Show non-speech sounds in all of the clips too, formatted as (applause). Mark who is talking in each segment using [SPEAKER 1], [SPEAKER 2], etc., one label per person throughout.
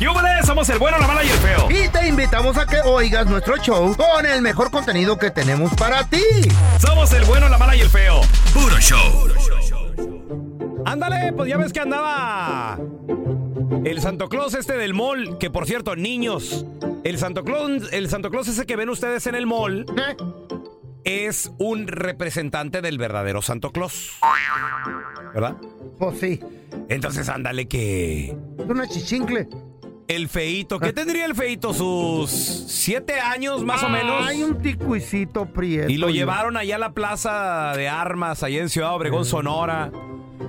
[SPEAKER 1] ¡Yúbales! Somos el bueno, la mala y el feo.
[SPEAKER 2] Y te invitamos a que oigas nuestro show con el mejor contenido que tenemos para ti.
[SPEAKER 1] Somos el bueno, la mala y el feo.
[SPEAKER 3] Puro show.
[SPEAKER 1] Ándale, pues ya ves que andaba el Santo Claus este del mall, que por cierto, niños, el Santo Claus, el Santo Claus ese que ven ustedes en el mall
[SPEAKER 2] ¿Eh?
[SPEAKER 1] es un representante del verdadero Santo Claus. ¿Verdad?
[SPEAKER 2] Pues sí,
[SPEAKER 1] Entonces, ándale que
[SPEAKER 2] es una chichincle.
[SPEAKER 1] el feito, ¿qué tendría el feito? Sus siete años más o menos.
[SPEAKER 2] Hay un ticuicito prieto.
[SPEAKER 1] Y lo llevaron allá a la plaza de armas, allá en Ciudad Obregón, Sonora.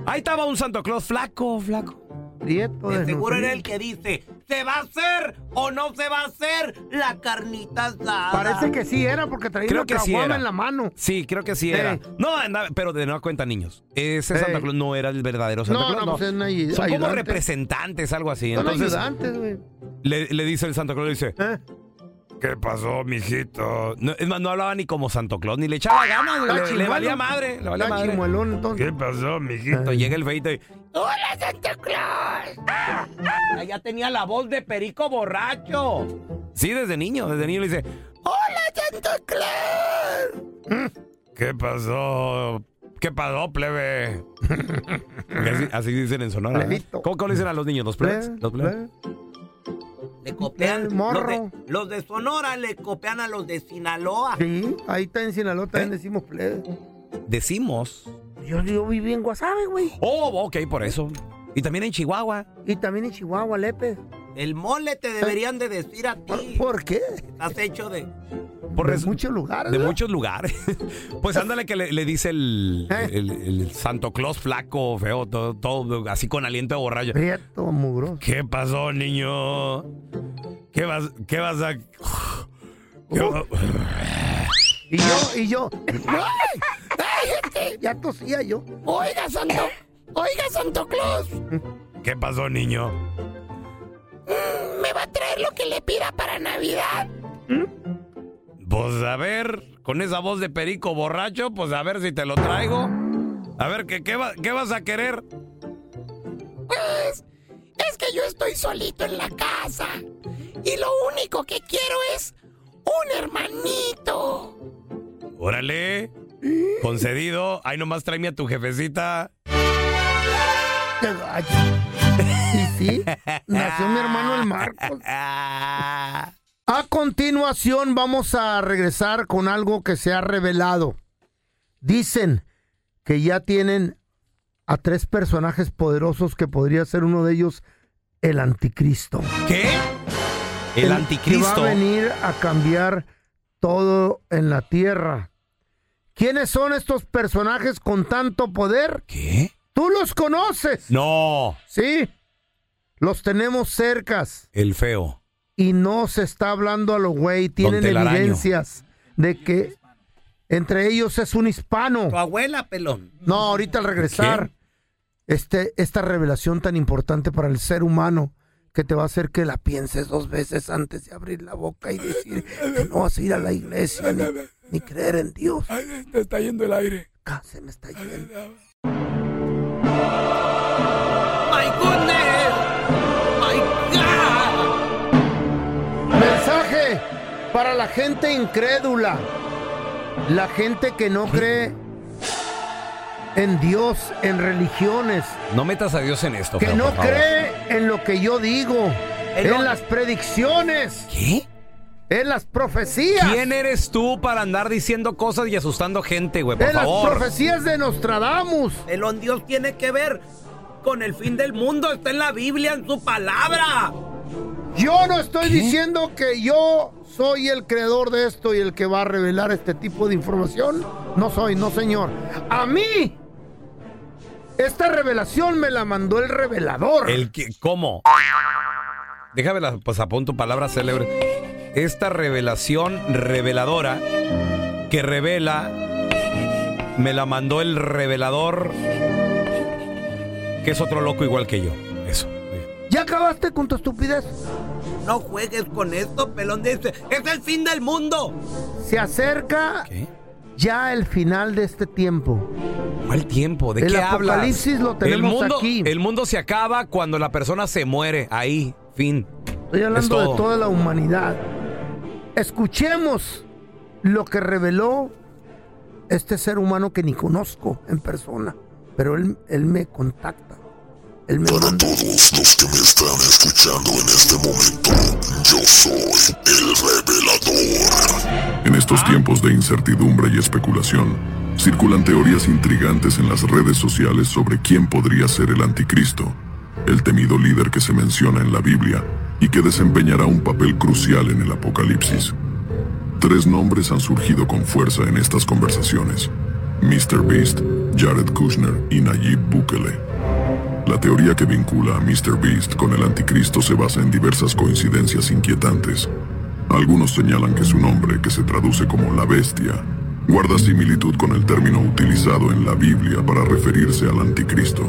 [SPEAKER 1] Ahí estaba un Santo Claus flaco, flaco.
[SPEAKER 2] Prieto de
[SPEAKER 1] que dice, ¿se va a hacer o no se va a hacer la carnita asada?
[SPEAKER 2] Parece que sí era porque traía
[SPEAKER 1] Creo
[SPEAKER 2] una
[SPEAKER 1] que sí
[SPEAKER 2] caguama
[SPEAKER 1] era.
[SPEAKER 2] en la mano.
[SPEAKER 1] Sí, creo que sí
[SPEAKER 2] Sí.
[SPEAKER 1] era. No, andaba- pero de nueva cuenta, niños. Ese
[SPEAKER 2] Sí.
[SPEAKER 1] Santa Claus no era el verdadero Santa
[SPEAKER 2] No,
[SPEAKER 1] Claus.
[SPEAKER 2] no, pues es una ayu-
[SPEAKER 1] Son como
[SPEAKER 2] ayudante.
[SPEAKER 1] representantes, algo así.
[SPEAKER 2] Son
[SPEAKER 1] Entonces
[SPEAKER 2] ayudantes, güey.
[SPEAKER 1] le, le dice el Santa Claus, le dice,
[SPEAKER 2] ¿Eh?
[SPEAKER 1] ¿qué pasó, mijito? No, es más, no hablaba ni como Santo Claus, ni le echaba ganas, güey.
[SPEAKER 2] Está
[SPEAKER 1] le, le
[SPEAKER 2] chimuelo.
[SPEAKER 1] valía madre, le valía
[SPEAKER 2] Está
[SPEAKER 1] madre.
[SPEAKER 2] chimuelón, entonces.
[SPEAKER 1] pasó, mijito? Llega el feito y... ¡Hola, Santa Claus! Ah, Ya tenía la voz de perico borracho. Sí, desde niño, desde niño le dice... ¡Hola, Santa Claus! Mm, ¿Qué pasó? ¿Qué pasó, plebe? Y así, así dicen en Sonora. ¿eh?
[SPEAKER 2] Plebito.
[SPEAKER 1] ¿Cómo, cómo le dicen a los niños? ¿Los plebes?
[SPEAKER 2] Eh,
[SPEAKER 1] ¿Los plebes?
[SPEAKER 2] eh.
[SPEAKER 4] Le copian
[SPEAKER 2] El morro.
[SPEAKER 4] Los, de, los de Sonora le copian a los de Sinaloa.
[SPEAKER 2] Sí, ahí está en Sinaloa también
[SPEAKER 1] ¿Eh?
[SPEAKER 2] decimos plebe.
[SPEAKER 1] Decimos...
[SPEAKER 2] Yo, yo viví en Guasave, güey.
[SPEAKER 1] Oh, ok, por eso. Y también en Chihuahua.
[SPEAKER 2] Y también en Chihuahua, Lepe.
[SPEAKER 4] El mole te deberían de decir a ti.
[SPEAKER 2] ¿Por qué?
[SPEAKER 4] Estás hecho de.
[SPEAKER 1] Por
[SPEAKER 2] De
[SPEAKER 1] res-
[SPEAKER 2] muchos lugares.
[SPEAKER 1] De
[SPEAKER 2] ¿verdad?
[SPEAKER 1] muchos lugares. (laughs) Pues ándale que le, le dice el,
[SPEAKER 2] ¿Eh?
[SPEAKER 1] el- el Santo Claus flaco, feo, todo, todo así con aliento de borracho.
[SPEAKER 2] (laughs) Prieto, mugro.
[SPEAKER 1] ¿Qué pasó, niño? ¿Qué vas, qué vas a...? (sighs) ¿Qué va-
[SPEAKER 2] Y yo, y yo. ya tosía yo.
[SPEAKER 1] Oiga, Santo, oiga, Santo Claus. ¿Qué pasó, niño? Mm, Me va a traer lo que le pida para Navidad. Pues a ver, con esa voz de perico borracho, pues a ver si te lo traigo. A ver, ¿qué, qué, va- qué vas a querer? Pues es que yo estoy solito en la casa. Y lo único que quiero es un hermanito. Órale. Concedido. Ahí nomás tráeme a tu jefecita.
[SPEAKER 2] Ay. Y sí, nació mi hermano el Marcos.
[SPEAKER 1] Ah.
[SPEAKER 2] A continuación vamos a regresar con algo que se ha revelado. Dicen que ya tienen a tres personajes poderosos que podría ser uno de ellos el anticristo.
[SPEAKER 1] ¿Qué? El anticristo.
[SPEAKER 2] Que va a venir a cambiar todo en la tierra. ¿Quiénes son estos personajes con tanto poder?
[SPEAKER 1] ¿Qué?
[SPEAKER 2] Tú los conoces.
[SPEAKER 1] No.
[SPEAKER 2] Sí. Los tenemos cercas
[SPEAKER 1] El feo.
[SPEAKER 2] y no se está hablando a lo güey. Tienen
[SPEAKER 1] Telaraño.
[SPEAKER 2] evidencias de que entre ellos es un hispano.
[SPEAKER 4] Tu abuela, pelón.
[SPEAKER 2] No, ahorita al regresar, este, esta revelación tan importante para el ser humano que te va a hacer que la pienses dos veces antes de abrir la boca y decir que no vas a ir a la iglesia ni, ni creer en Dios.
[SPEAKER 1] Te está yendo el aire.
[SPEAKER 2] Ah, se me está yendo.
[SPEAKER 4] My goodness. My God.
[SPEAKER 2] Mensaje Para la gente incrédula, la gente que no cree en Dios, en religiones,
[SPEAKER 1] No metas a Dios en esto.
[SPEAKER 2] que
[SPEAKER 1] Feo,
[SPEAKER 2] no
[SPEAKER 1] por favor.
[SPEAKER 2] cree en lo que yo digo,
[SPEAKER 4] El
[SPEAKER 2] en
[SPEAKER 4] hombre.
[SPEAKER 2] las predicciones,
[SPEAKER 1] ¿Qué?
[SPEAKER 2] en las profecías,
[SPEAKER 1] ¿Quién eres tú para andar diciendo cosas y asustando gente, güey? Por
[SPEAKER 2] en las
[SPEAKER 1] favor.
[SPEAKER 2] profecías de Nostradamus.
[SPEAKER 4] El on Dios tiene que ver con el fin del mundo. Está en la Biblia, en su palabra.
[SPEAKER 2] Yo no estoy diciendo que yo soy el creador de esto y el que va a revelar este tipo de información. No soy, no señor. A mí, esta revelación me la mandó el revelador.
[SPEAKER 1] El que, ¿Cómo? Déjame, la- pues apunto palabras célebres. Esta revelación reveladora que revela, me la mandó el revelador, que es otro loco igual que yo. Eso.
[SPEAKER 2] ¿Ya acabaste con tu estupidez?
[SPEAKER 4] No juegues con esto, pelón. de- este. Es el fin del mundo.
[SPEAKER 2] Se acerca
[SPEAKER 1] ¿Qué?
[SPEAKER 2] ya el final de este tiempo.
[SPEAKER 1] ¿Cuál tiempo? ¿De
[SPEAKER 2] El
[SPEAKER 1] qué hablas?
[SPEAKER 2] apocalipsis lo
[SPEAKER 1] el
[SPEAKER 2] tenemos
[SPEAKER 1] mundo,
[SPEAKER 2] aquí.
[SPEAKER 1] El mundo se acaba cuando la persona se muere. Ahí, fin.
[SPEAKER 2] Estoy
[SPEAKER 1] Es
[SPEAKER 2] hablando
[SPEAKER 1] todo.
[SPEAKER 2] de toda la humanidad. Escuchemos lo que reveló este ser humano que ni conozco en persona, pero él, él me contacta. Él me
[SPEAKER 5] Para
[SPEAKER 2] manda-
[SPEAKER 5] todos los que me están escuchando en este momento, yo soy el revelador. En estos tiempos de incertidumbre y especulación, circulan teorías intrigantes en las redes sociales sobre quién podría ser el anticristo, el temido líder que se menciona en la Biblia y que desempeñará un papel crucial en el apocalipsis. Tres nombres han surgido con fuerza en estas conversaciones. Mr. Beast, Jared Kushner y Nayib Bukele. La teoría que vincula a Mr. Beast con el anticristo se basa en diversas coincidencias inquietantes. Algunos señalan que su nombre, que se traduce como la bestia, guarda similitud con el término utilizado en la Biblia para referirse al anticristo.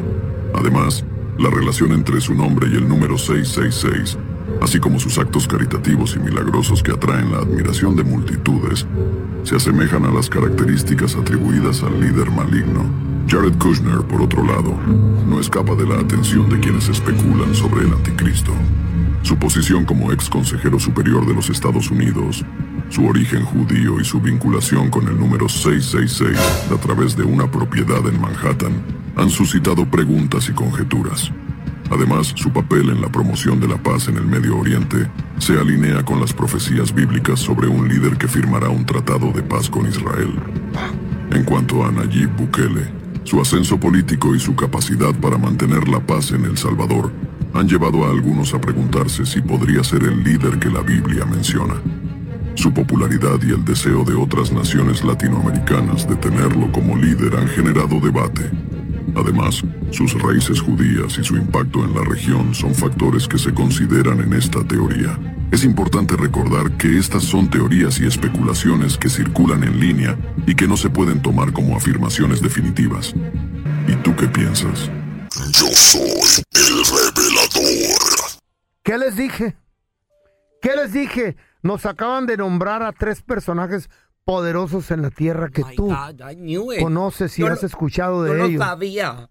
[SPEAKER 5] Además, la relación entre su nombre y el número 666, así como sus actos caritativos y milagrosos que atraen la admiración de multitudes, se asemejan a las características atribuidas al líder maligno. Jared Kushner, por otro lado, no escapa de la atención de quienes especulan sobre el anticristo. Su posición como ex consejero superior de los Estados Unidos, su origen judío y su vinculación con el número 666 a través de una propiedad en Manhattan han suscitado preguntas y conjeturas. Además, su papel en la promoción de la paz en el Medio Oriente se alinea con las profecías bíblicas sobre un líder que firmará un tratado de paz con Israel. En cuanto a Nayib Bukele, su ascenso político y su capacidad para mantener la paz en El Salvador han llevado a algunos a preguntarse si podría ser el líder que la Biblia menciona. Su popularidad y el deseo de otras naciones latinoamericanas de tenerlo como líder han generado debate. Además, sus raíces judías y su impacto en la región son factores que se consideran en esta teoría. Es importante recordar que estas son teorías y especulaciones que circulan en línea y que no se pueden tomar como afirmaciones definitivas. ¿Y tú qué piensas? Yo soy el revelador.
[SPEAKER 2] ¿Qué les dije? ¿Qué les dije? Nos acaban de nombrar a tres personajes poderosos en la tierra que
[SPEAKER 4] My
[SPEAKER 2] tú
[SPEAKER 4] God, I knew it.
[SPEAKER 2] conoces y
[SPEAKER 4] Yo
[SPEAKER 2] has
[SPEAKER 4] lo-
[SPEAKER 2] escuchado
[SPEAKER 4] Yo
[SPEAKER 2] de
[SPEAKER 4] lo
[SPEAKER 2] ellos.
[SPEAKER 4] sabía.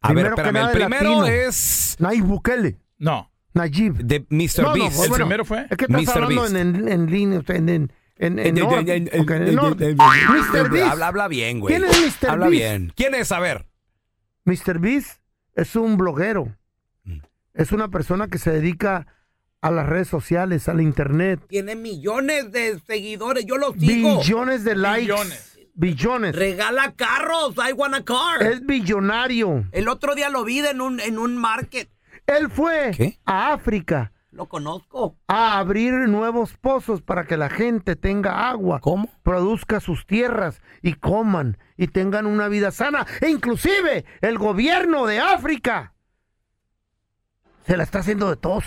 [SPEAKER 1] A
[SPEAKER 2] Primero
[SPEAKER 1] ver,
[SPEAKER 2] que
[SPEAKER 1] espérame.
[SPEAKER 2] nada,
[SPEAKER 1] El
[SPEAKER 2] el
[SPEAKER 1] primero
[SPEAKER 2] latino.
[SPEAKER 1] es
[SPEAKER 2] Nayib Bukele,
[SPEAKER 6] No.
[SPEAKER 2] Nayib.
[SPEAKER 1] de Mr. Beast.
[SPEAKER 6] El primero fue
[SPEAKER 2] pues, Es que estás
[SPEAKER 1] Mr.
[SPEAKER 2] hablando
[SPEAKER 1] Beast.
[SPEAKER 2] En, en- en línea, usted, en, en, en, en orden, ok, en orden. Mr. Beast.
[SPEAKER 1] Habla, habla bien, güey.
[SPEAKER 2] ¿Quién es Mr.
[SPEAKER 1] Habla
[SPEAKER 2] Beast?
[SPEAKER 1] bien. ¿Quién es? A ver.
[SPEAKER 2] Mr. Beast es un bloguero. Mm. Es una persona que se dedica a las redes sociales, al internet.
[SPEAKER 4] Tiene millones de seguidores. Yo lo sigo.
[SPEAKER 2] Billones de likes.
[SPEAKER 6] Billones.
[SPEAKER 2] Billones.
[SPEAKER 4] Regala carros. I want a car.
[SPEAKER 2] Es billonario.
[SPEAKER 4] El otro día lo vi en un, en un market.
[SPEAKER 2] Él fue
[SPEAKER 1] ¿Qué?
[SPEAKER 2] a África
[SPEAKER 4] Lo conozco.
[SPEAKER 2] a abrir nuevos pozos para que la gente tenga agua,
[SPEAKER 1] ¿Cómo?
[SPEAKER 2] produzca sus tierras y coman y tengan una vida sana. E inclusive el gobierno de África se la está haciendo de tos.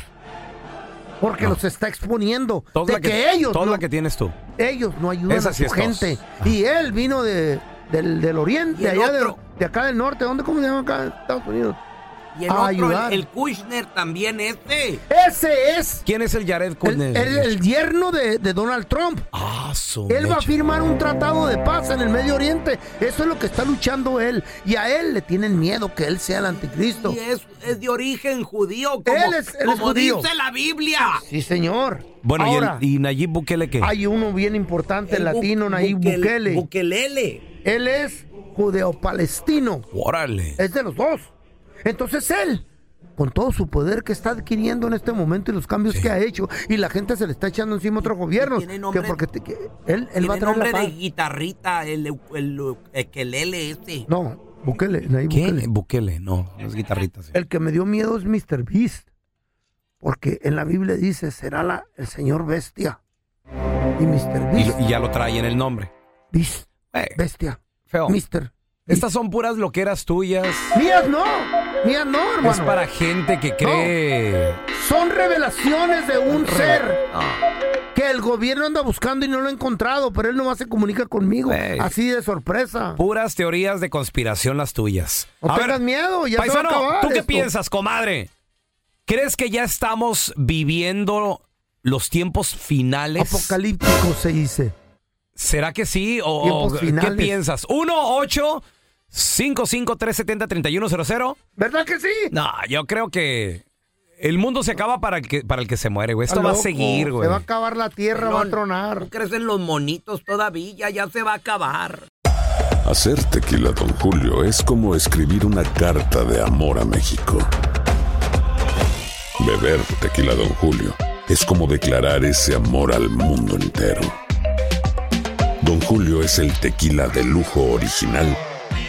[SPEAKER 2] Porque los está exponiendo
[SPEAKER 1] Toda
[SPEAKER 2] de
[SPEAKER 1] la
[SPEAKER 2] que, ellos,
[SPEAKER 1] toda
[SPEAKER 2] no,
[SPEAKER 1] la que tienes tú.
[SPEAKER 2] ellos no ayudan
[SPEAKER 1] Esa
[SPEAKER 2] a su
[SPEAKER 1] sí es tos. Ah.
[SPEAKER 2] gente. Y él vino de, del, del
[SPEAKER 4] Y
[SPEAKER 2] oriente,
[SPEAKER 4] el
[SPEAKER 2] allá de,
[SPEAKER 4] otro.
[SPEAKER 2] de acá del norte. ¿Dónde? ¿Cómo se llama acá? Estados Unidos.
[SPEAKER 4] Y el
[SPEAKER 2] a
[SPEAKER 4] otro,
[SPEAKER 2] Ah, ayudar.
[SPEAKER 4] el, el Kushner también este.
[SPEAKER 2] Ese es
[SPEAKER 1] ¿Quién es el Jared
[SPEAKER 2] el,
[SPEAKER 1] Kushner?
[SPEAKER 2] el- el yerno de, de Donald Trump.
[SPEAKER 1] Ah, su
[SPEAKER 2] Él va a
[SPEAKER 1] mecha.
[SPEAKER 2] firmar un tratado de paz en el Medio Oriente. Eso es lo que está luchando él. Y a él le tienen miedo que él sea el anticristo.
[SPEAKER 4] Y es, es de origen judío, como,
[SPEAKER 2] Él es- él es
[SPEAKER 4] como
[SPEAKER 2] judío.
[SPEAKER 4] dice la Biblia.
[SPEAKER 2] Sí, señor.
[SPEAKER 1] Bueno,
[SPEAKER 2] Ahora,
[SPEAKER 1] ¿y, el, ¿y Nayib Bukele qué?
[SPEAKER 2] hay uno bien importante
[SPEAKER 4] El bu-
[SPEAKER 2] latino, Nayib
[SPEAKER 4] buquel-
[SPEAKER 2] Bukele.
[SPEAKER 4] Bukelele.
[SPEAKER 2] Él es judeo-palestino.
[SPEAKER 1] Órale.
[SPEAKER 2] Es de los dos. Entonces él, con todo su poder que está adquiriendo en este momento y los cambios que ha hecho, y la gente se le está echando encima a otros gobiernos.
[SPEAKER 4] tiene nombre-
[SPEAKER 2] que porque te- que él, él va a
[SPEAKER 4] Tiene
[SPEAKER 2] traer la
[SPEAKER 4] nombre de
[SPEAKER 2] paz.
[SPEAKER 4] guitarrita, el, el, el ukelele este.
[SPEAKER 2] No, Bukele, Nayib
[SPEAKER 1] ¿Quién?
[SPEAKER 2] Bukele.
[SPEAKER 1] Bukele, no, no es guitarrita. sí.
[SPEAKER 2] El que me dio miedo es Mr. Beast. Porque en la Biblia dice, será la, el señor bestia. Y Mr.
[SPEAKER 1] Y,
[SPEAKER 2] Beast,
[SPEAKER 1] lo- y ya lo trae en el nombre.
[SPEAKER 2] Beast,
[SPEAKER 1] Eh,
[SPEAKER 2] bestia,
[SPEAKER 1] feo.
[SPEAKER 2] Mr.
[SPEAKER 1] Estas son puras loqueras tuyas.
[SPEAKER 2] Mías no, mías no, hermano.
[SPEAKER 1] Es para gente que cree.
[SPEAKER 2] Son revelaciones de un ser
[SPEAKER 1] Ah,
[SPEAKER 2] que el gobierno anda buscando y no lo ha encontrado, pero él nomás se comunica conmigo,
[SPEAKER 1] Ey.
[SPEAKER 2] así de sorpresa.
[SPEAKER 1] puras teorías de conspiración las tuyas.
[SPEAKER 2] No
[SPEAKER 1] A ver,
[SPEAKER 2] tengas miedo, ya se va a
[SPEAKER 1] paisano,
[SPEAKER 2] acabar
[SPEAKER 1] ¿tú qué
[SPEAKER 2] esto.
[SPEAKER 1] piensas, comadre? ¿Crees que ya estamos viviendo los tiempos finales?
[SPEAKER 2] Apocalíptico se dice.
[SPEAKER 1] ¿Será que sí? ¿O
[SPEAKER 2] Tiempos
[SPEAKER 1] o- qué
[SPEAKER 2] finales.
[SPEAKER 1] piensas? 1 8 55 370 3100
[SPEAKER 2] ¿Verdad que sí?
[SPEAKER 1] No, yo creo que el mundo se acaba para el que, para el que se muere, güey. Esto
[SPEAKER 2] Está
[SPEAKER 1] va a
[SPEAKER 2] loco,
[SPEAKER 1] seguir, güey.
[SPEAKER 2] Se va a acabar la tierra, va a tronar.
[SPEAKER 4] No crecen los monitos todavía, ya se va a acabar.
[SPEAKER 5] Hacer tequila, Don Julio, es como escribir una carta de amor a México. Beber tequila, Don Julio, es como declarar ese amor al mundo entero. Don Julio es el tequila de lujo original,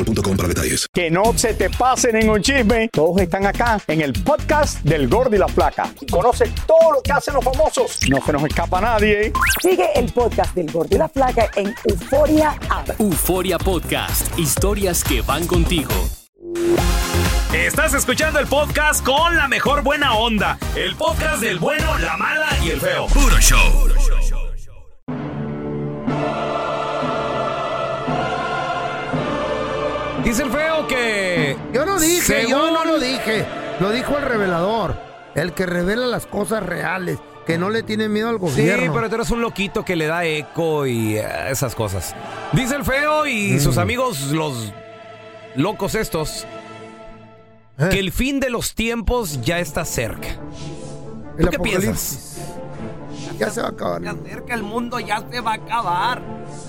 [SPEAKER 7] para detalles.
[SPEAKER 8] Que no se te pasen en un chisme. Todos están acá en el podcast del Gordi y la Flaca. Y conoce todo lo que hacen los famosos. No se nos escapa nadie.
[SPEAKER 9] Sigue el podcast del Gordo y la Flaca en Euforia
[SPEAKER 8] Euforia Podcast. Historias que van contigo.
[SPEAKER 1] Estás escuchando el podcast con la mejor buena onda. El podcast del bueno, la mala y el feo. Puro show. Dice el feo que.
[SPEAKER 2] Yo no dije, yo
[SPEAKER 1] Según-
[SPEAKER 2] no lo dije. Lo dijo el revelador, el que revela las cosas reales, que no le tiene miedo al
[SPEAKER 1] Sí,
[SPEAKER 2] gobierno.
[SPEAKER 1] pero tú eres un loquito que le da eco y eh, esas cosas. Dice el feo y
[SPEAKER 2] Mm.
[SPEAKER 1] sus amigos, los locos estos,
[SPEAKER 2] Eh.
[SPEAKER 1] que el fin de los tiempos ya está cerca.
[SPEAKER 2] El
[SPEAKER 1] ¿tú qué
[SPEAKER 2] apocalipsis. Ya se va a acabar.
[SPEAKER 4] Se acerca el mundo, ya se va a acabar.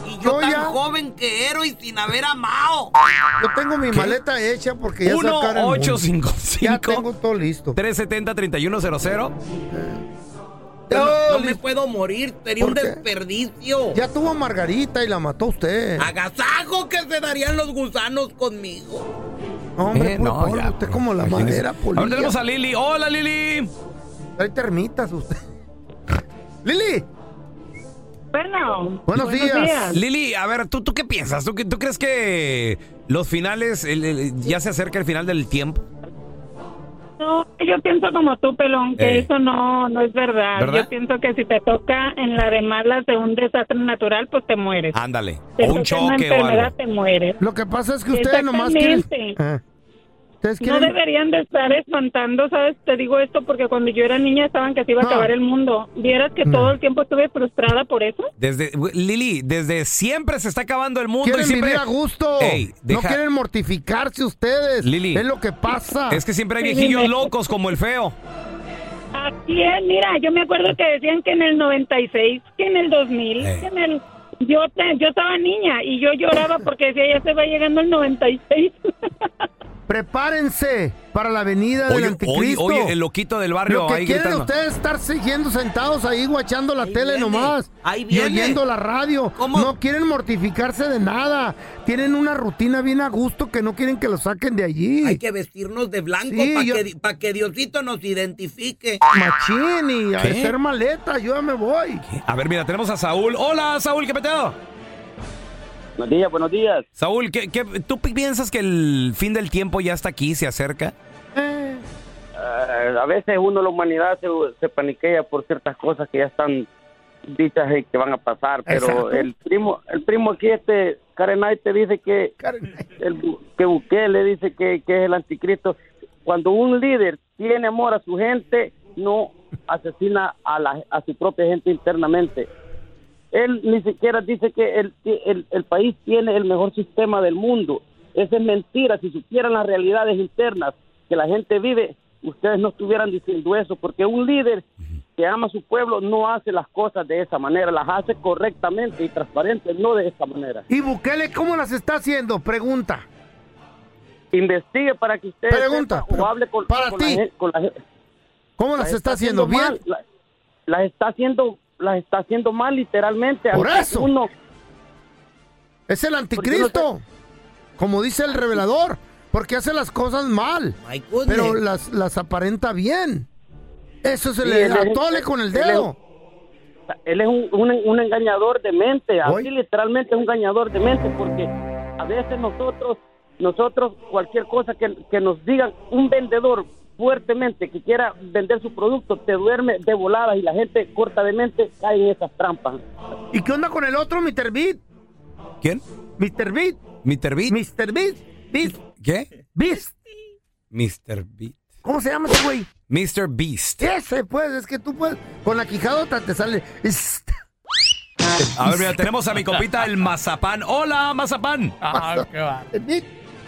[SPEAKER 4] Y yo,
[SPEAKER 2] Yo
[SPEAKER 4] tan
[SPEAKER 2] ya-
[SPEAKER 4] joven que ero y sin haber amado.
[SPEAKER 2] Yo tengo mi maleta hecha porque ya se va a acabar el mundo. Ya tengo
[SPEAKER 1] 1-855-370-3100.
[SPEAKER 2] todo listo.
[SPEAKER 4] No me puedo morir, sería un
[SPEAKER 2] ¿Por qué?
[SPEAKER 4] desperdicio.
[SPEAKER 2] Ya tuvo a Margarita y la mató usted.
[SPEAKER 1] Ah,
[SPEAKER 4] Agasajo que se darían los gusanos conmigo.
[SPEAKER 2] No, hombre,
[SPEAKER 1] Eh,
[SPEAKER 2] puro
[SPEAKER 1] no,
[SPEAKER 2] polvo,
[SPEAKER 1] ya,
[SPEAKER 2] usted como la
[SPEAKER 1] imagínese.
[SPEAKER 2] madera polilla.
[SPEAKER 1] Ahora tenemos a Lili. Hola, Lili.
[SPEAKER 2] Trae termitas usted. (laughs) Lili,
[SPEAKER 9] Bueno,
[SPEAKER 2] buenos, días.
[SPEAKER 1] Lili, a ver, ¿tú, tú qué piensas? ¿Tú, qué- tú crees que los finales, el- el- ya se acerca el final del tiempo?
[SPEAKER 9] no, yo pienso como tú, pelón,
[SPEAKER 1] que Eh. eso
[SPEAKER 9] no, no es verdad.
[SPEAKER 1] ¿Verdad? Yo
[SPEAKER 9] pienso que si te toca en la de malas de un desastre natural, pues te mueres.
[SPEAKER 1] Ándale. O Ah, un choque o algo.
[SPEAKER 9] te mueres.
[SPEAKER 2] Lo que pasa es que ustedes nomás quieren...
[SPEAKER 9] Exactamente.
[SPEAKER 2] Ah, ¿Ustedes
[SPEAKER 10] No
[SPEAKER 2] quieren?
[SPEAKER 10] deberían de estar espantando, ¿sabes? Te digo esto porque cuando yo era niña estaban que se iba a acabar el mundo. Vieras que todo el tiempo estuve frustrada por eso.
[SPEAKER 1] Desde, güey, Lili, desde siempre se está acabando el mundo. y
[SPEAKER 2] Quieren
[SPEAKER 1] siempre...
[SPEAKER 2] vivir a gusto.
[SPEAKER 1] Ey,
[SPEAKER 2] No
[SPEAKER 1] deja-
[SPEAKER 2] quieren mortificarse ustedes.
[SPEAKER 1] Lili.
[SPEAKER 2] Es lo que pasa.
[SPEAKER 1] Es que siempre hay viejillos locos como el feo.
[SPEAKER 10] Así es, mira, yo me acuerdo que decían que en el 96, que en el 2000,
[SPEAKER 1] Eh.
[SPEAKER 10] que en el... Yo, te- yo estaba niña y yo lloraba porque decía, ya se va llegando el (laughs) 96.
[SPEAKER 2] Prepárense para la venida del
[SPEAKER 1] Oye, oye,
[SPEAKER 2] anticristo.
[SPEAKER 1] oye, el loquito del barrio
[SPEAKER 2] Lo que
[SPEAKER 1] ahí
[SPEAKER 2] quieren
[SPEAKER 1] gritando.
[SPEAKER 2] ustedes estar siguiendo sentados ahí guachando la tele nomás y
[SPEAKER 1] viene.
[SPEAKER 2] oyendo la radio. No quieren mortificarse de nada. Tienen una rutina bien a gusto que no quieren que lo saquen de allí.
[SPEAKER 4] Hay que vestirnos de blanco
[SPEAKER 2] Sí,
[SPEAKER 4] para
[SPEAKER 2] yo-
[SPEAKER 4] que, di- pa' que Diosito nos identifique.
[SPEAKER 2] Machín y a
[SPEAKER 1] ¿Qué?
[SPEAKER 2] hacer maleta, yo ya me voy.
[SPEAKER 1] A ver, mira, tenemos a Saúl. Hola, Saúl, ¿qué peteo?
[SPEAKER 11] Buenos días, buenos días.
[SPEAKER 1] Saúl, ¿qué, qué, tú pi- piensas que el fin del tiempo ya está aquí, se acerca?
[SPEAKER 11] Eh, a veces uno, la humanidad, se, se paniquea por ciertas cosas que ya están dichas y que van a pasar, pero
[SPEAKER 12] Exacto.
[SPEAKER 11] el primo el primo aquí, este Karen Knight, te dice que, el, bu- que Bukele dice que, que es el anticristo. Cuando un líder tiene amor a su gente, no asesina a, la, a su propia gente internamente. Él ni siquiera dice que el, el, el país tiene el mejor sistema del mundo. Esa es mentira. Si supieran las realidades internas que la gente vive, ustedes no estuvieran diciendo eso, porque un líder que ama a su pueblo no hace las cosas de esa manera, las hace correctamente y transparente, no de esa manera.
[SPEAKER 2] ¿Y Bukele cómo las está haciendo? Pregunta.
[SPEAKER 11] Investigue para que usted
[SPEAKER 2] Pregunta.
[SPEAKER 11] sepa o hable con,
[SPEAKER 2] para
[SPEAKER 11] con la
[SPEAKER 2] ti.
[SPEAKER 11] gen- con la gen-
[SPEAKER 2] ¿Cómo las está haciendo? ¿Bien?
[SPEAKER 11] mal, la- las está haciendo, las está haciendo mal literalmente.
[SPEAKER 2] Por
[SPEAKER 11] Hasta
[SPEAKER 2] eso.
[SPEAKER 11] uno-
[SPEAKER 2] Es el anticristo. Como dice el revelador. Porque hace las cosas mal. Pero las, las aparenta bien. Eso se
[SPEAKER 11] Sí,
[SPEAKER 2] le
[SPEAKER 11] él es-
[SPEAKER 2] atole con el
[SPEAKER 11] él es-
[SPEAKER 2] dedo.
[SPEAKER 11] él es un, un- un engañador de mente, así literalmente es un engañador de mente, porque a veces nosotros, nosotros cualquier cosa que, que nos digan un vendedor fuertemente que quiera vender su producto, te duerme de voladas y la gente corta de mente cae en esas trampas.
[SPEAKER 2] ¿Y qué onda con el otro, Mr. Beat?
[SPEAKER 1] ¿Quién?
[SPEAKER 2] Mr. Beat.
[SPEAKER 1] Mr. Beat.
[SPEAKER 2] Mr. Beat. Beat.
[SPEAKER 1] ¿Qué?
[SPEAKER 2] Beast.
[SPEAKER 1] Mr. Beat.
[SPEAKER 2] ¿Cómo se llama ese güey?
[SPEAKER 1] Mr. Beast.
[SPEAKER 2] Ese, pues, es que tú puedes. Con la quijadota te sale. (laughs)
[SPEAKER 1] A ver, mira, tenemos a mi copita el Mazapán. Hola, Mazapán.
[SPEAKER 4] Ah,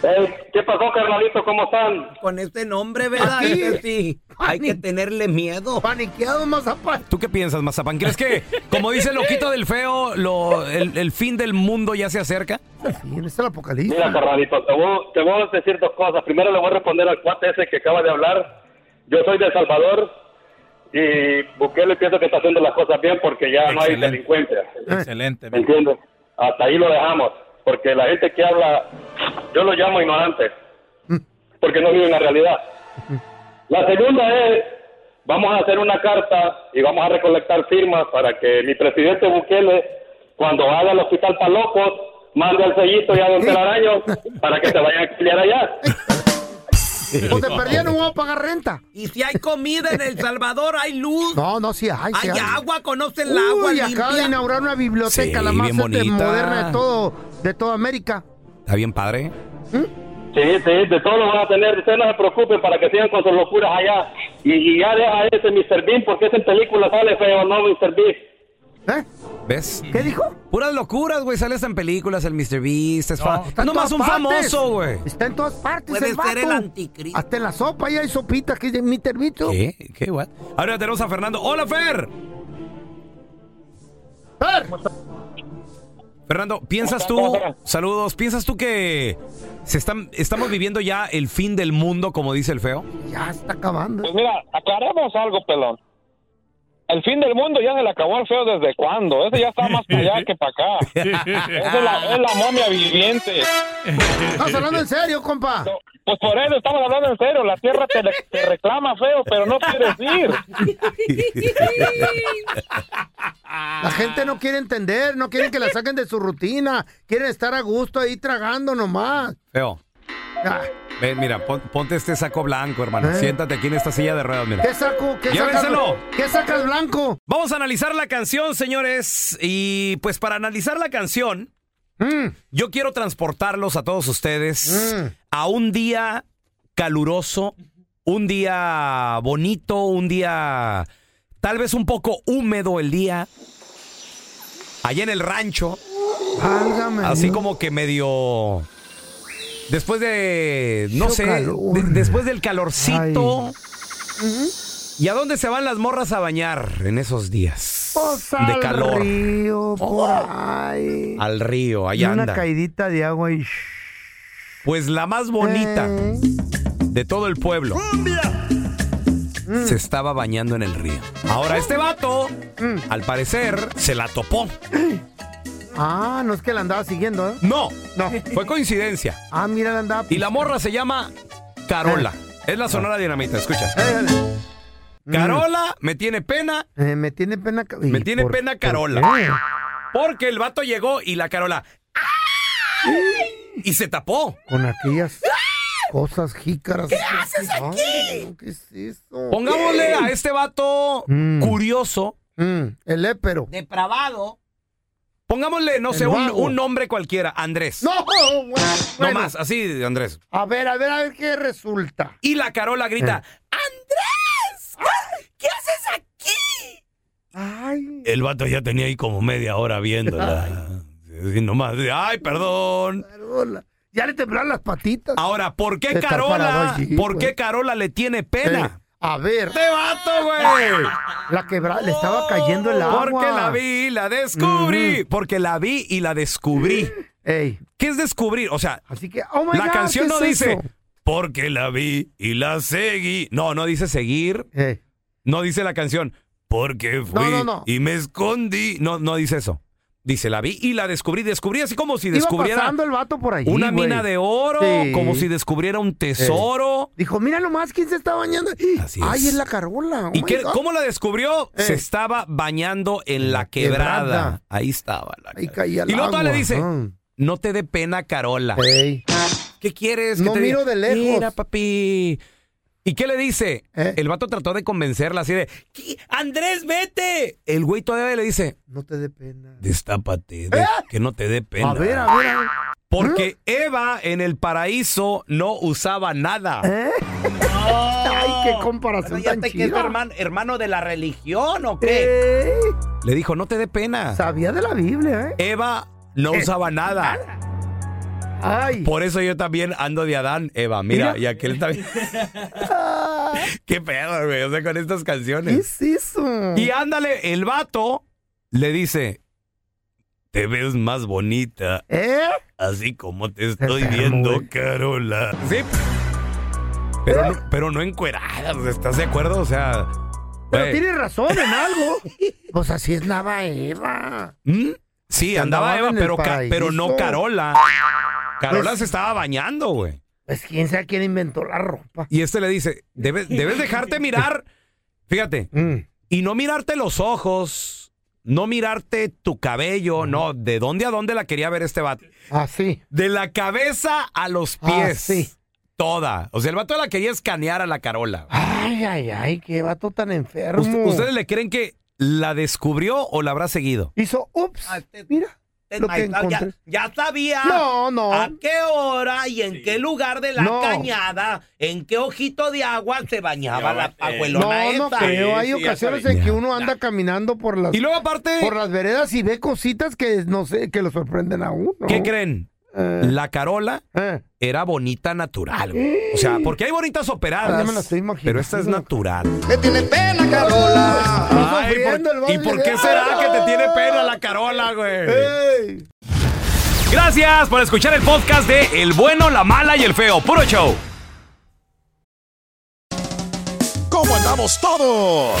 [SPEAKER 11] Eh, ¿Qué pasó, carnalito? ¿Cómo están?
[SPEAKER 4] Con este nombre, ¿verdad?
[SPEAKER 1] Aquí.
[SPEAKER 4] Este sí. Hay que tenerle miedo.
[SPEAKER 2] Paniqueado Mazapán.
[SPEAKER 1] ¿Tú qué piensas, Mazapán? ¿Crees que, como dice el loquito del feo, lo- el, el fin del mundo ya se acerca?
[SPEAKER 2] es este el apocalipsis.
[SPEAKER 12] Mira, carnalito, te voy, te voy a decir dos cosas. Primero le voy a responder al cuate ese que acaba de hablar. Yo soy de El Salvador y Bukele pienso que está haciendo las cosas bien porque ya no hay delincuencia.
[SPEAKER 2] Eh.
[SPEAKER 13] Excelente.
[SPEAKER 12] ¿Me entiendes? Hasta ahí lo dejamos. Porque la gente que habla, yo lo llamo ignorante. Porque no viven la realidad. La segunda es, vamos a hacer una carta y vamos a recolectar firmas para que mi presidente Bukele, cuando haga el hospital para locos, mande al sellito y a don Telaraño para que se vayan a exiliar allá.
[SPEAKER 2] O te perdieron, no voy a pagar renta.
[SPEAKER 4] Y si hay comida en El Salvador, hay luz.
[SPEAKER 2] No, no, sí, hay. sí
[SPEAKER 4] hay
[SPEAKER 2] hay.
[SPEAKER 4] agua, conocen el agua
[SPEAKER 2] Uy,
[SPEAKER 4] limpia.
[SPEAKER 2] acaba de inaugurar una biblioteca,
[SPEAKER 1] Sí,
[SPEAKER 2] la más
[SPEAKER 1] bien
[SPEAKER 2] este,
[SPEAKER 1] bonita.
[SPEAKER 2] moderna de todo, de toda América.
[SPEAKER 1] Está bien padre.
[SPEAKER 12] Sí, sí, de todo lo van a tener. Ustedes no se preocupen para que sigan con sus locuras allá. Y, y ya deja ese Mr. Bean porque ese en película sale feo, ¿no, Mr. Bean?
[SPEAKER 1] ¿Ves?
[SPEAKER 2] ¿Eh? ¿Qué dijo?
[SPEAKER 1] Puras locuras, güey. Sales en películas, el Mr. Beast. Es fa-
[SPEAKER 2] está en
[SPEAKER 1] nomás
[SPEAKER 2] todas
[SPEAKER 1] un
[SPEAKER 2] partes.
[SPEAKER 1] famoso, güey.
[SPEAKER 2] Está en todas partes.
[SPEAKER 4] Puede
[SPEAKER 2] el
[SPEAKER 4] ser el
[SPEAKER 2] vato.
[SPEAKER 4] anticristo.
[SPEAKER 2] Hasta en la sopa ya hay sopitas que es de mi termito.
[SPEAKER 1] ¿Qué? ¿Qué, what? Ahora tenemos a Fernando. ¡Hola, Fer!
[SPEAKER 2] ¡Fer!
[SPEAKER 1] Fernando, ¿piensas tú, saludos, ¿piensas tú que se están, estamos viviendo ya el fin del mundo, como dice el feo?
[SPEAKER 2] Ya está acabando.
[SPEAKER 13] Pues mira, aclaremos algo, pelón. El fin del mundo ya se le acabó al feo desde cuándo. Ese ya está más para allá que para acá. Esa es la, es la momia viviente.
[SPEAKER 2] Estás hablando en serio, compa.
[SPEAKER 13] Pues por eso estamos hablando en serio. La tierra te, te reclama, feo, pero no quieres ir.
[SPEAKER 2] La gente no quiere entender, no quieren que la saquen de su rutina. Quieren estar a gusto ahí tragando nomás.
[SPEAKER 1] Feo. Ven, mira, pon- ponte este saco blanco, hermano. Siéntate aquí en esta silla de ruedas, mira.
[SPEAKER 2] ¿Qué saco? ¿Qué sacas?
[SPEAKER 1] Llévenselo.
[SPEAKER 2] ¿Qué sacas blanco?
[SPEAKER 1] Vamos a analizar la canción, señores. Y pues para analizar la canción, yo quiero transportarlos a todos ustedes a un día caluroso, un día bonito, un día tal vez un poco húmedo el día, allá en el rancho,
[SPEAKER 2] Válgame
[SPEAKER 1] así
[SPEAKER 2] Dios.
[SPEAKER 1] como que medio... Después de, no
[SPEAKER 2] Mucho
[SPEAKER 1] sé,
[SPEAKER 2] calor.
[SPEAKER 1] de- después del calorcito.
[SPEAKER 2] Ay.
[SPEAKER 1] ¿Y a dónde se van las morras a bañar en esos días?
[SPEAKER 2] Pues
[SPEAKER 1] de
[SPEAKER 2] al
[SPEAKER 1] calor.
[SPEAKER 2] río, por ahí.
[SPEAKER 1] Al río,
[SPEAKER 2] Y
[SPEAKER 1] allá
[SPEAKER 2] una
[SPEAKER 1] anda.
[SPEAKER 2] caidita de agua y...
[SPEAKER 1] Pues la más bonita
[SPEAKER 2] Eh.
[SPEAKER 1] de todo el pueblo se estaba bañando en el río. Ahora este vato,
[SPEAKER 2] Mm.
[SPEAKER 1] al parecer, se la topó.
[SPEAKER 2] Ah, no es que la andaba siguiendo, ¿eh?
[SPEAKER 1] No, no. Fue coincidencia.
[SPEAKER 2] Ah, mira, la andaba...
[SPEAKER 1] Y la morra se llama Carola.
[SPEAKER 2] Ah.
[SPEAKER 1] Es la sonora dinamita, escucha.
[SPEAKER 2] Mm.
[SPEAKER 1] Carola me tiene pena,
[SPEAKER 2] Eh, me tiene pena...
[SPEAKER 1] me tiene pena
[SPEAKER 2] qué?
[SPEAKER 1] Carola. Porque el vato llegó y la Carola. ¡ay! Y se tapó.
[SPEAKER 2] Con aquellas cosas jícaras.
[SPEAKER 1] haces aquí?
[SPEAKER 2] ¿Qué es eso?
[SPEAKER 1] Pongámosle a este vato
[SPEAKER 2] Mm.
[SPEAKER 1] curioso.
[SPEAKER 2] el épero.
[SPEAKER 4] Depravado.
[SPEAKER 1] Pongámosle, no
[SPEAKER 2] El
[SPEAKER 1] sé, un,
[SPEAKER 2] vago.
[SPEAKER 1] un nombre cualquiera, Andrés.
[SPEAKER 2] No, bueno.
[SPEAKER 1] No más, así de Andrés.
[SPEAKER 2] A ver, a ver, a ver qué resulta.
[SPEAKER 1] Y la Carola grita,
[SPEAKER 2] Eh.
[SPEAKER 1] ¿Qué haces aquí?
[SPEAKER 2] Ay,
[SPEAKER 1] El vato ya tenía ahí como media hora viéndola. Y nomás, de, ay, perdón.
[SPEAKER 2] Carola. Ya le temblaron las patitas.
[SPEAKER 1] Ahora, ¿por qué
[SPEAKER 2] Está parado
[SPEAKER 1] Carola?
[SPEAKER 2] allí,
[SPEAKER 1] ¿Por
[SPEAKER 2] güey.
[SPEAKER 1] qué Carola le tiene pena?
[SPEAKER 2] Eh, A ver.
[SPEAKER 1] ¡Este vato, güey!
[SPEAKER 2] La quebra... le estaba cayendo el agua.
[SPEAKER 1] Porque la vi y la descubrí. Porque la vi y la descubrí.
[SPEAKER 2] Ey.
[SPEAKER 1] ¿Qué es descubrir? O sea,
[SPEAKER 2] Así que, oh my
[SPEAKER 1] la
[SPEAKER 2] God,
[SPEAKER 1] canción
[SPEAKER 2] ¿qué
[SPEAKER 1] no
[SPEAKER 2] es
[SPEAKER 1] dice
[SPEAKER 2] eso?
[SPEAKER 1] porque la vi y la seguí. No, no dice seguir. No dice la canción porque fui
[SPEAKER 2] no, no.
[SPEAKER 1] y me escondí. No, no dice eso. Dice la vi y la descubrí. Descubrí así como si
[SPEAKER 2] Iba
[SPEAKER 1] descubriera
[SPEAKER 2] pasando el vato por allí,
[SPEAKER 1] una
[SPEAKER 2] güey.
[SPEAKER 1] mina de oro,
[SPEAKER 2] Sí.
[SPEAKER 1] como si descubriera un tesoro.
[SPEAKER 2] Dijo, mira nomás quién se está bañando.
[SPEAKER 1] Así
[SPEAKER 2] Ay,
[SPEAKER 1] es.
[SPEAKER 2] es la Carola. oh
[SPEAKER 1] ¿Y
[SPEAKER 2] my
[SPEAKER 1] qué-
[SPEAKER 2] God.
[SPEAKER 1] cómo la descubrió?
[SPEAKER 2] Eh.
[SPEAKER 1] Se estaba bañando en la quebrada.
[SPEAKER 2] quebrada.
[SPEAKER 1] Ahí estaba la
[SPEAKER 2] Ahí caía el
[SPEAKER 1] Y luego todavía
[SPEAKER 2] agua.
[SPEAKER 1] le dice,
[SPEAKER 2] Ah.
[SPEAKER 1] no te dé pena, Carola. ¿Qué quieres?
[SPEAKER 2] No
[SPEAKER 1] que te
[SPEAKER 2] miro
[SPEAKER 1] diga?
[SPEAKER 2] de lejos. Eh.
[SPEAKER 1] Mira, papi. ¿Y qué le dice? El vato trató de convencerla así de, "¿Qué? Andrés, vete. El güey todavía le dice,
[SPEAKER 2] No te dé pena.
[SPEAKER 1] destápate, de- que no te dé pena.
[SPEAKER 2] Eh. A ver, a ver. a ver.
[SPEAKER 1] Porque Eva en el paraíso no usaba nada.
[SPEAKER 2] Eh.
[SPEAKER 1] (laughs)
[SPEAKER 2] Ay, qué comparación tan
[SPEAKER 4] ¿Fíjate que es
[SPEAKER 2] chida.
[SPEAKER 4] hermano, hermano de la religión o qué?
[SPEAKER 2] Eh,
[SPEAKER 1] Le dijo, no te dé pena.
[SPEAKER 2] sabía de la Biblia, ¿eh?
[SPEAKER 1] Eva no
[SPEAKER 2] Eh,
[SPEAKER 1] usaba nada. Por eso yo también ando de Adán, Eva. Mira, y
[SPEAKER 2] (laughs)
[SPEAKER 1] aquel también. Qué pedo, güey. O sea, con estas
[SPEAKER 2] ¿Qué
[SPEAKER 1] canciones.
[SPEAKER 2] es eso?
[SPEAKER 1] Y ándale, el vato le dice: Te ves más bonita.
[SPEAKER 2] ¿Eh?
[SPEAKER 1] Así como te estoy viendo, Carola. Sí. Pero no, pero no encueradas, ¿estás de acuerdo? O sea.
[SPEAKER 2] Pero
[SPEAKER 1] güey.
[SPEAKER 2] tiene razón en algo. Pues así es Nava Eva.
[SPEAKER 1] ¿Mm? Sí,
[SPEAKER 2] Que
[SPEAKER 1] andaba
[SPEAKER 2] andaban
[SPEAKER 1] Eva,
[SPEAKER 2] en el
[SPEAKER 1] pero, ca-
[SPEAKER 2] paraíso.
[SPEAKER 1] pero no Carola. Carola
[SPEAKER 2] Pues-
[SPEAKER 1] se estaba bañando, güey.
[SPEAKER 2] Pues quién sabe quién inventó la ropa.
[SPEAKER 1] Y este le dice, debes, debes dejarte mirar, fíjate, y no mirarte los ojos, no mirarte tu cabello, no, de dónde a dónde la quería ver este vato.
[SPEAKER 2] Así.
[SPEAKER 1] De la cabeza a los pies.
[SPEAKER 2] Ah, sí.
[SPEAKER 1] Toda. O sea, el vato la quería escanear a la Carola.
[SPEAKER 2] Ah, Ay, ay, ay, qué vato tan enfermo.
[SPEAKER 1] Ust- ¿Ustedes le creen que la descubrió o la habrá seguido?
[SPEAKER 2] Hizo, ups, mira lo que
[SPEAKER 4] Ah, ya,
[SPEAKER 2] encontré.
[SPEAKER 4] ya sabía.
[SPEAKER 1] Ah,
[SPEAKER 2] No, no.
[SPEAKER 4] ¿A qué hora y en qué lugar de la
[SPEAKER 2] No.
[SPEAKER 4] cañada, en qué ojito de agua se bañaba la abuelona
[SPEAKER 2] eh. No, no
[SPEAKER 4] esa?
[SPEAKER 2] creo. Hay ocasiones en que uno anda caminando por las,
[SPEAKER 1] Y luego aparte,
[SPEAKER 2] por las veredas y ve cositas que no sé, que lo sorprenden a uno. Eh,
[SPEAKER 1] ¿qué creen? La Carola era bonita natural, güey. O sea, porque hay bonitas operadas.
[SPEAKER 2] Ah, ya me la estoy imaginando.
[SPEAKER 1] Pero esta es natural.
[SPEAKER 2] ¿Qué tiene pena, Carola?
[SPEAKER 1] Ay, ¿por- ¿Y por qué será que te tiene pena la Carola,
[SPEAKER 2] Eh.
[SPEAKER 1] güey? Gracias por escuchar el podcast de El bueno, la mala y el feo. Puro show.
[SPEAKER 14] ¿Cómo andamos todos?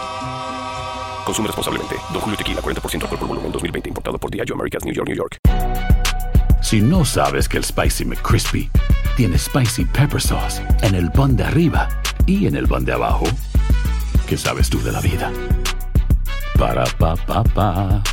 [SPEAKER 3] Consume responsablemente. Don Julio Tequila, 40% alcohol por volumen, 2020. Importado por Diageo Americas, New York, New York.
[SPEAKER 15] Si no sabes que el Spicy McCrispy tiene Spicy Pepper Sauce en el pan de arriba y en el pan de abajo, ¿qué sabes tú de la vida? Para, pa, pa, pa.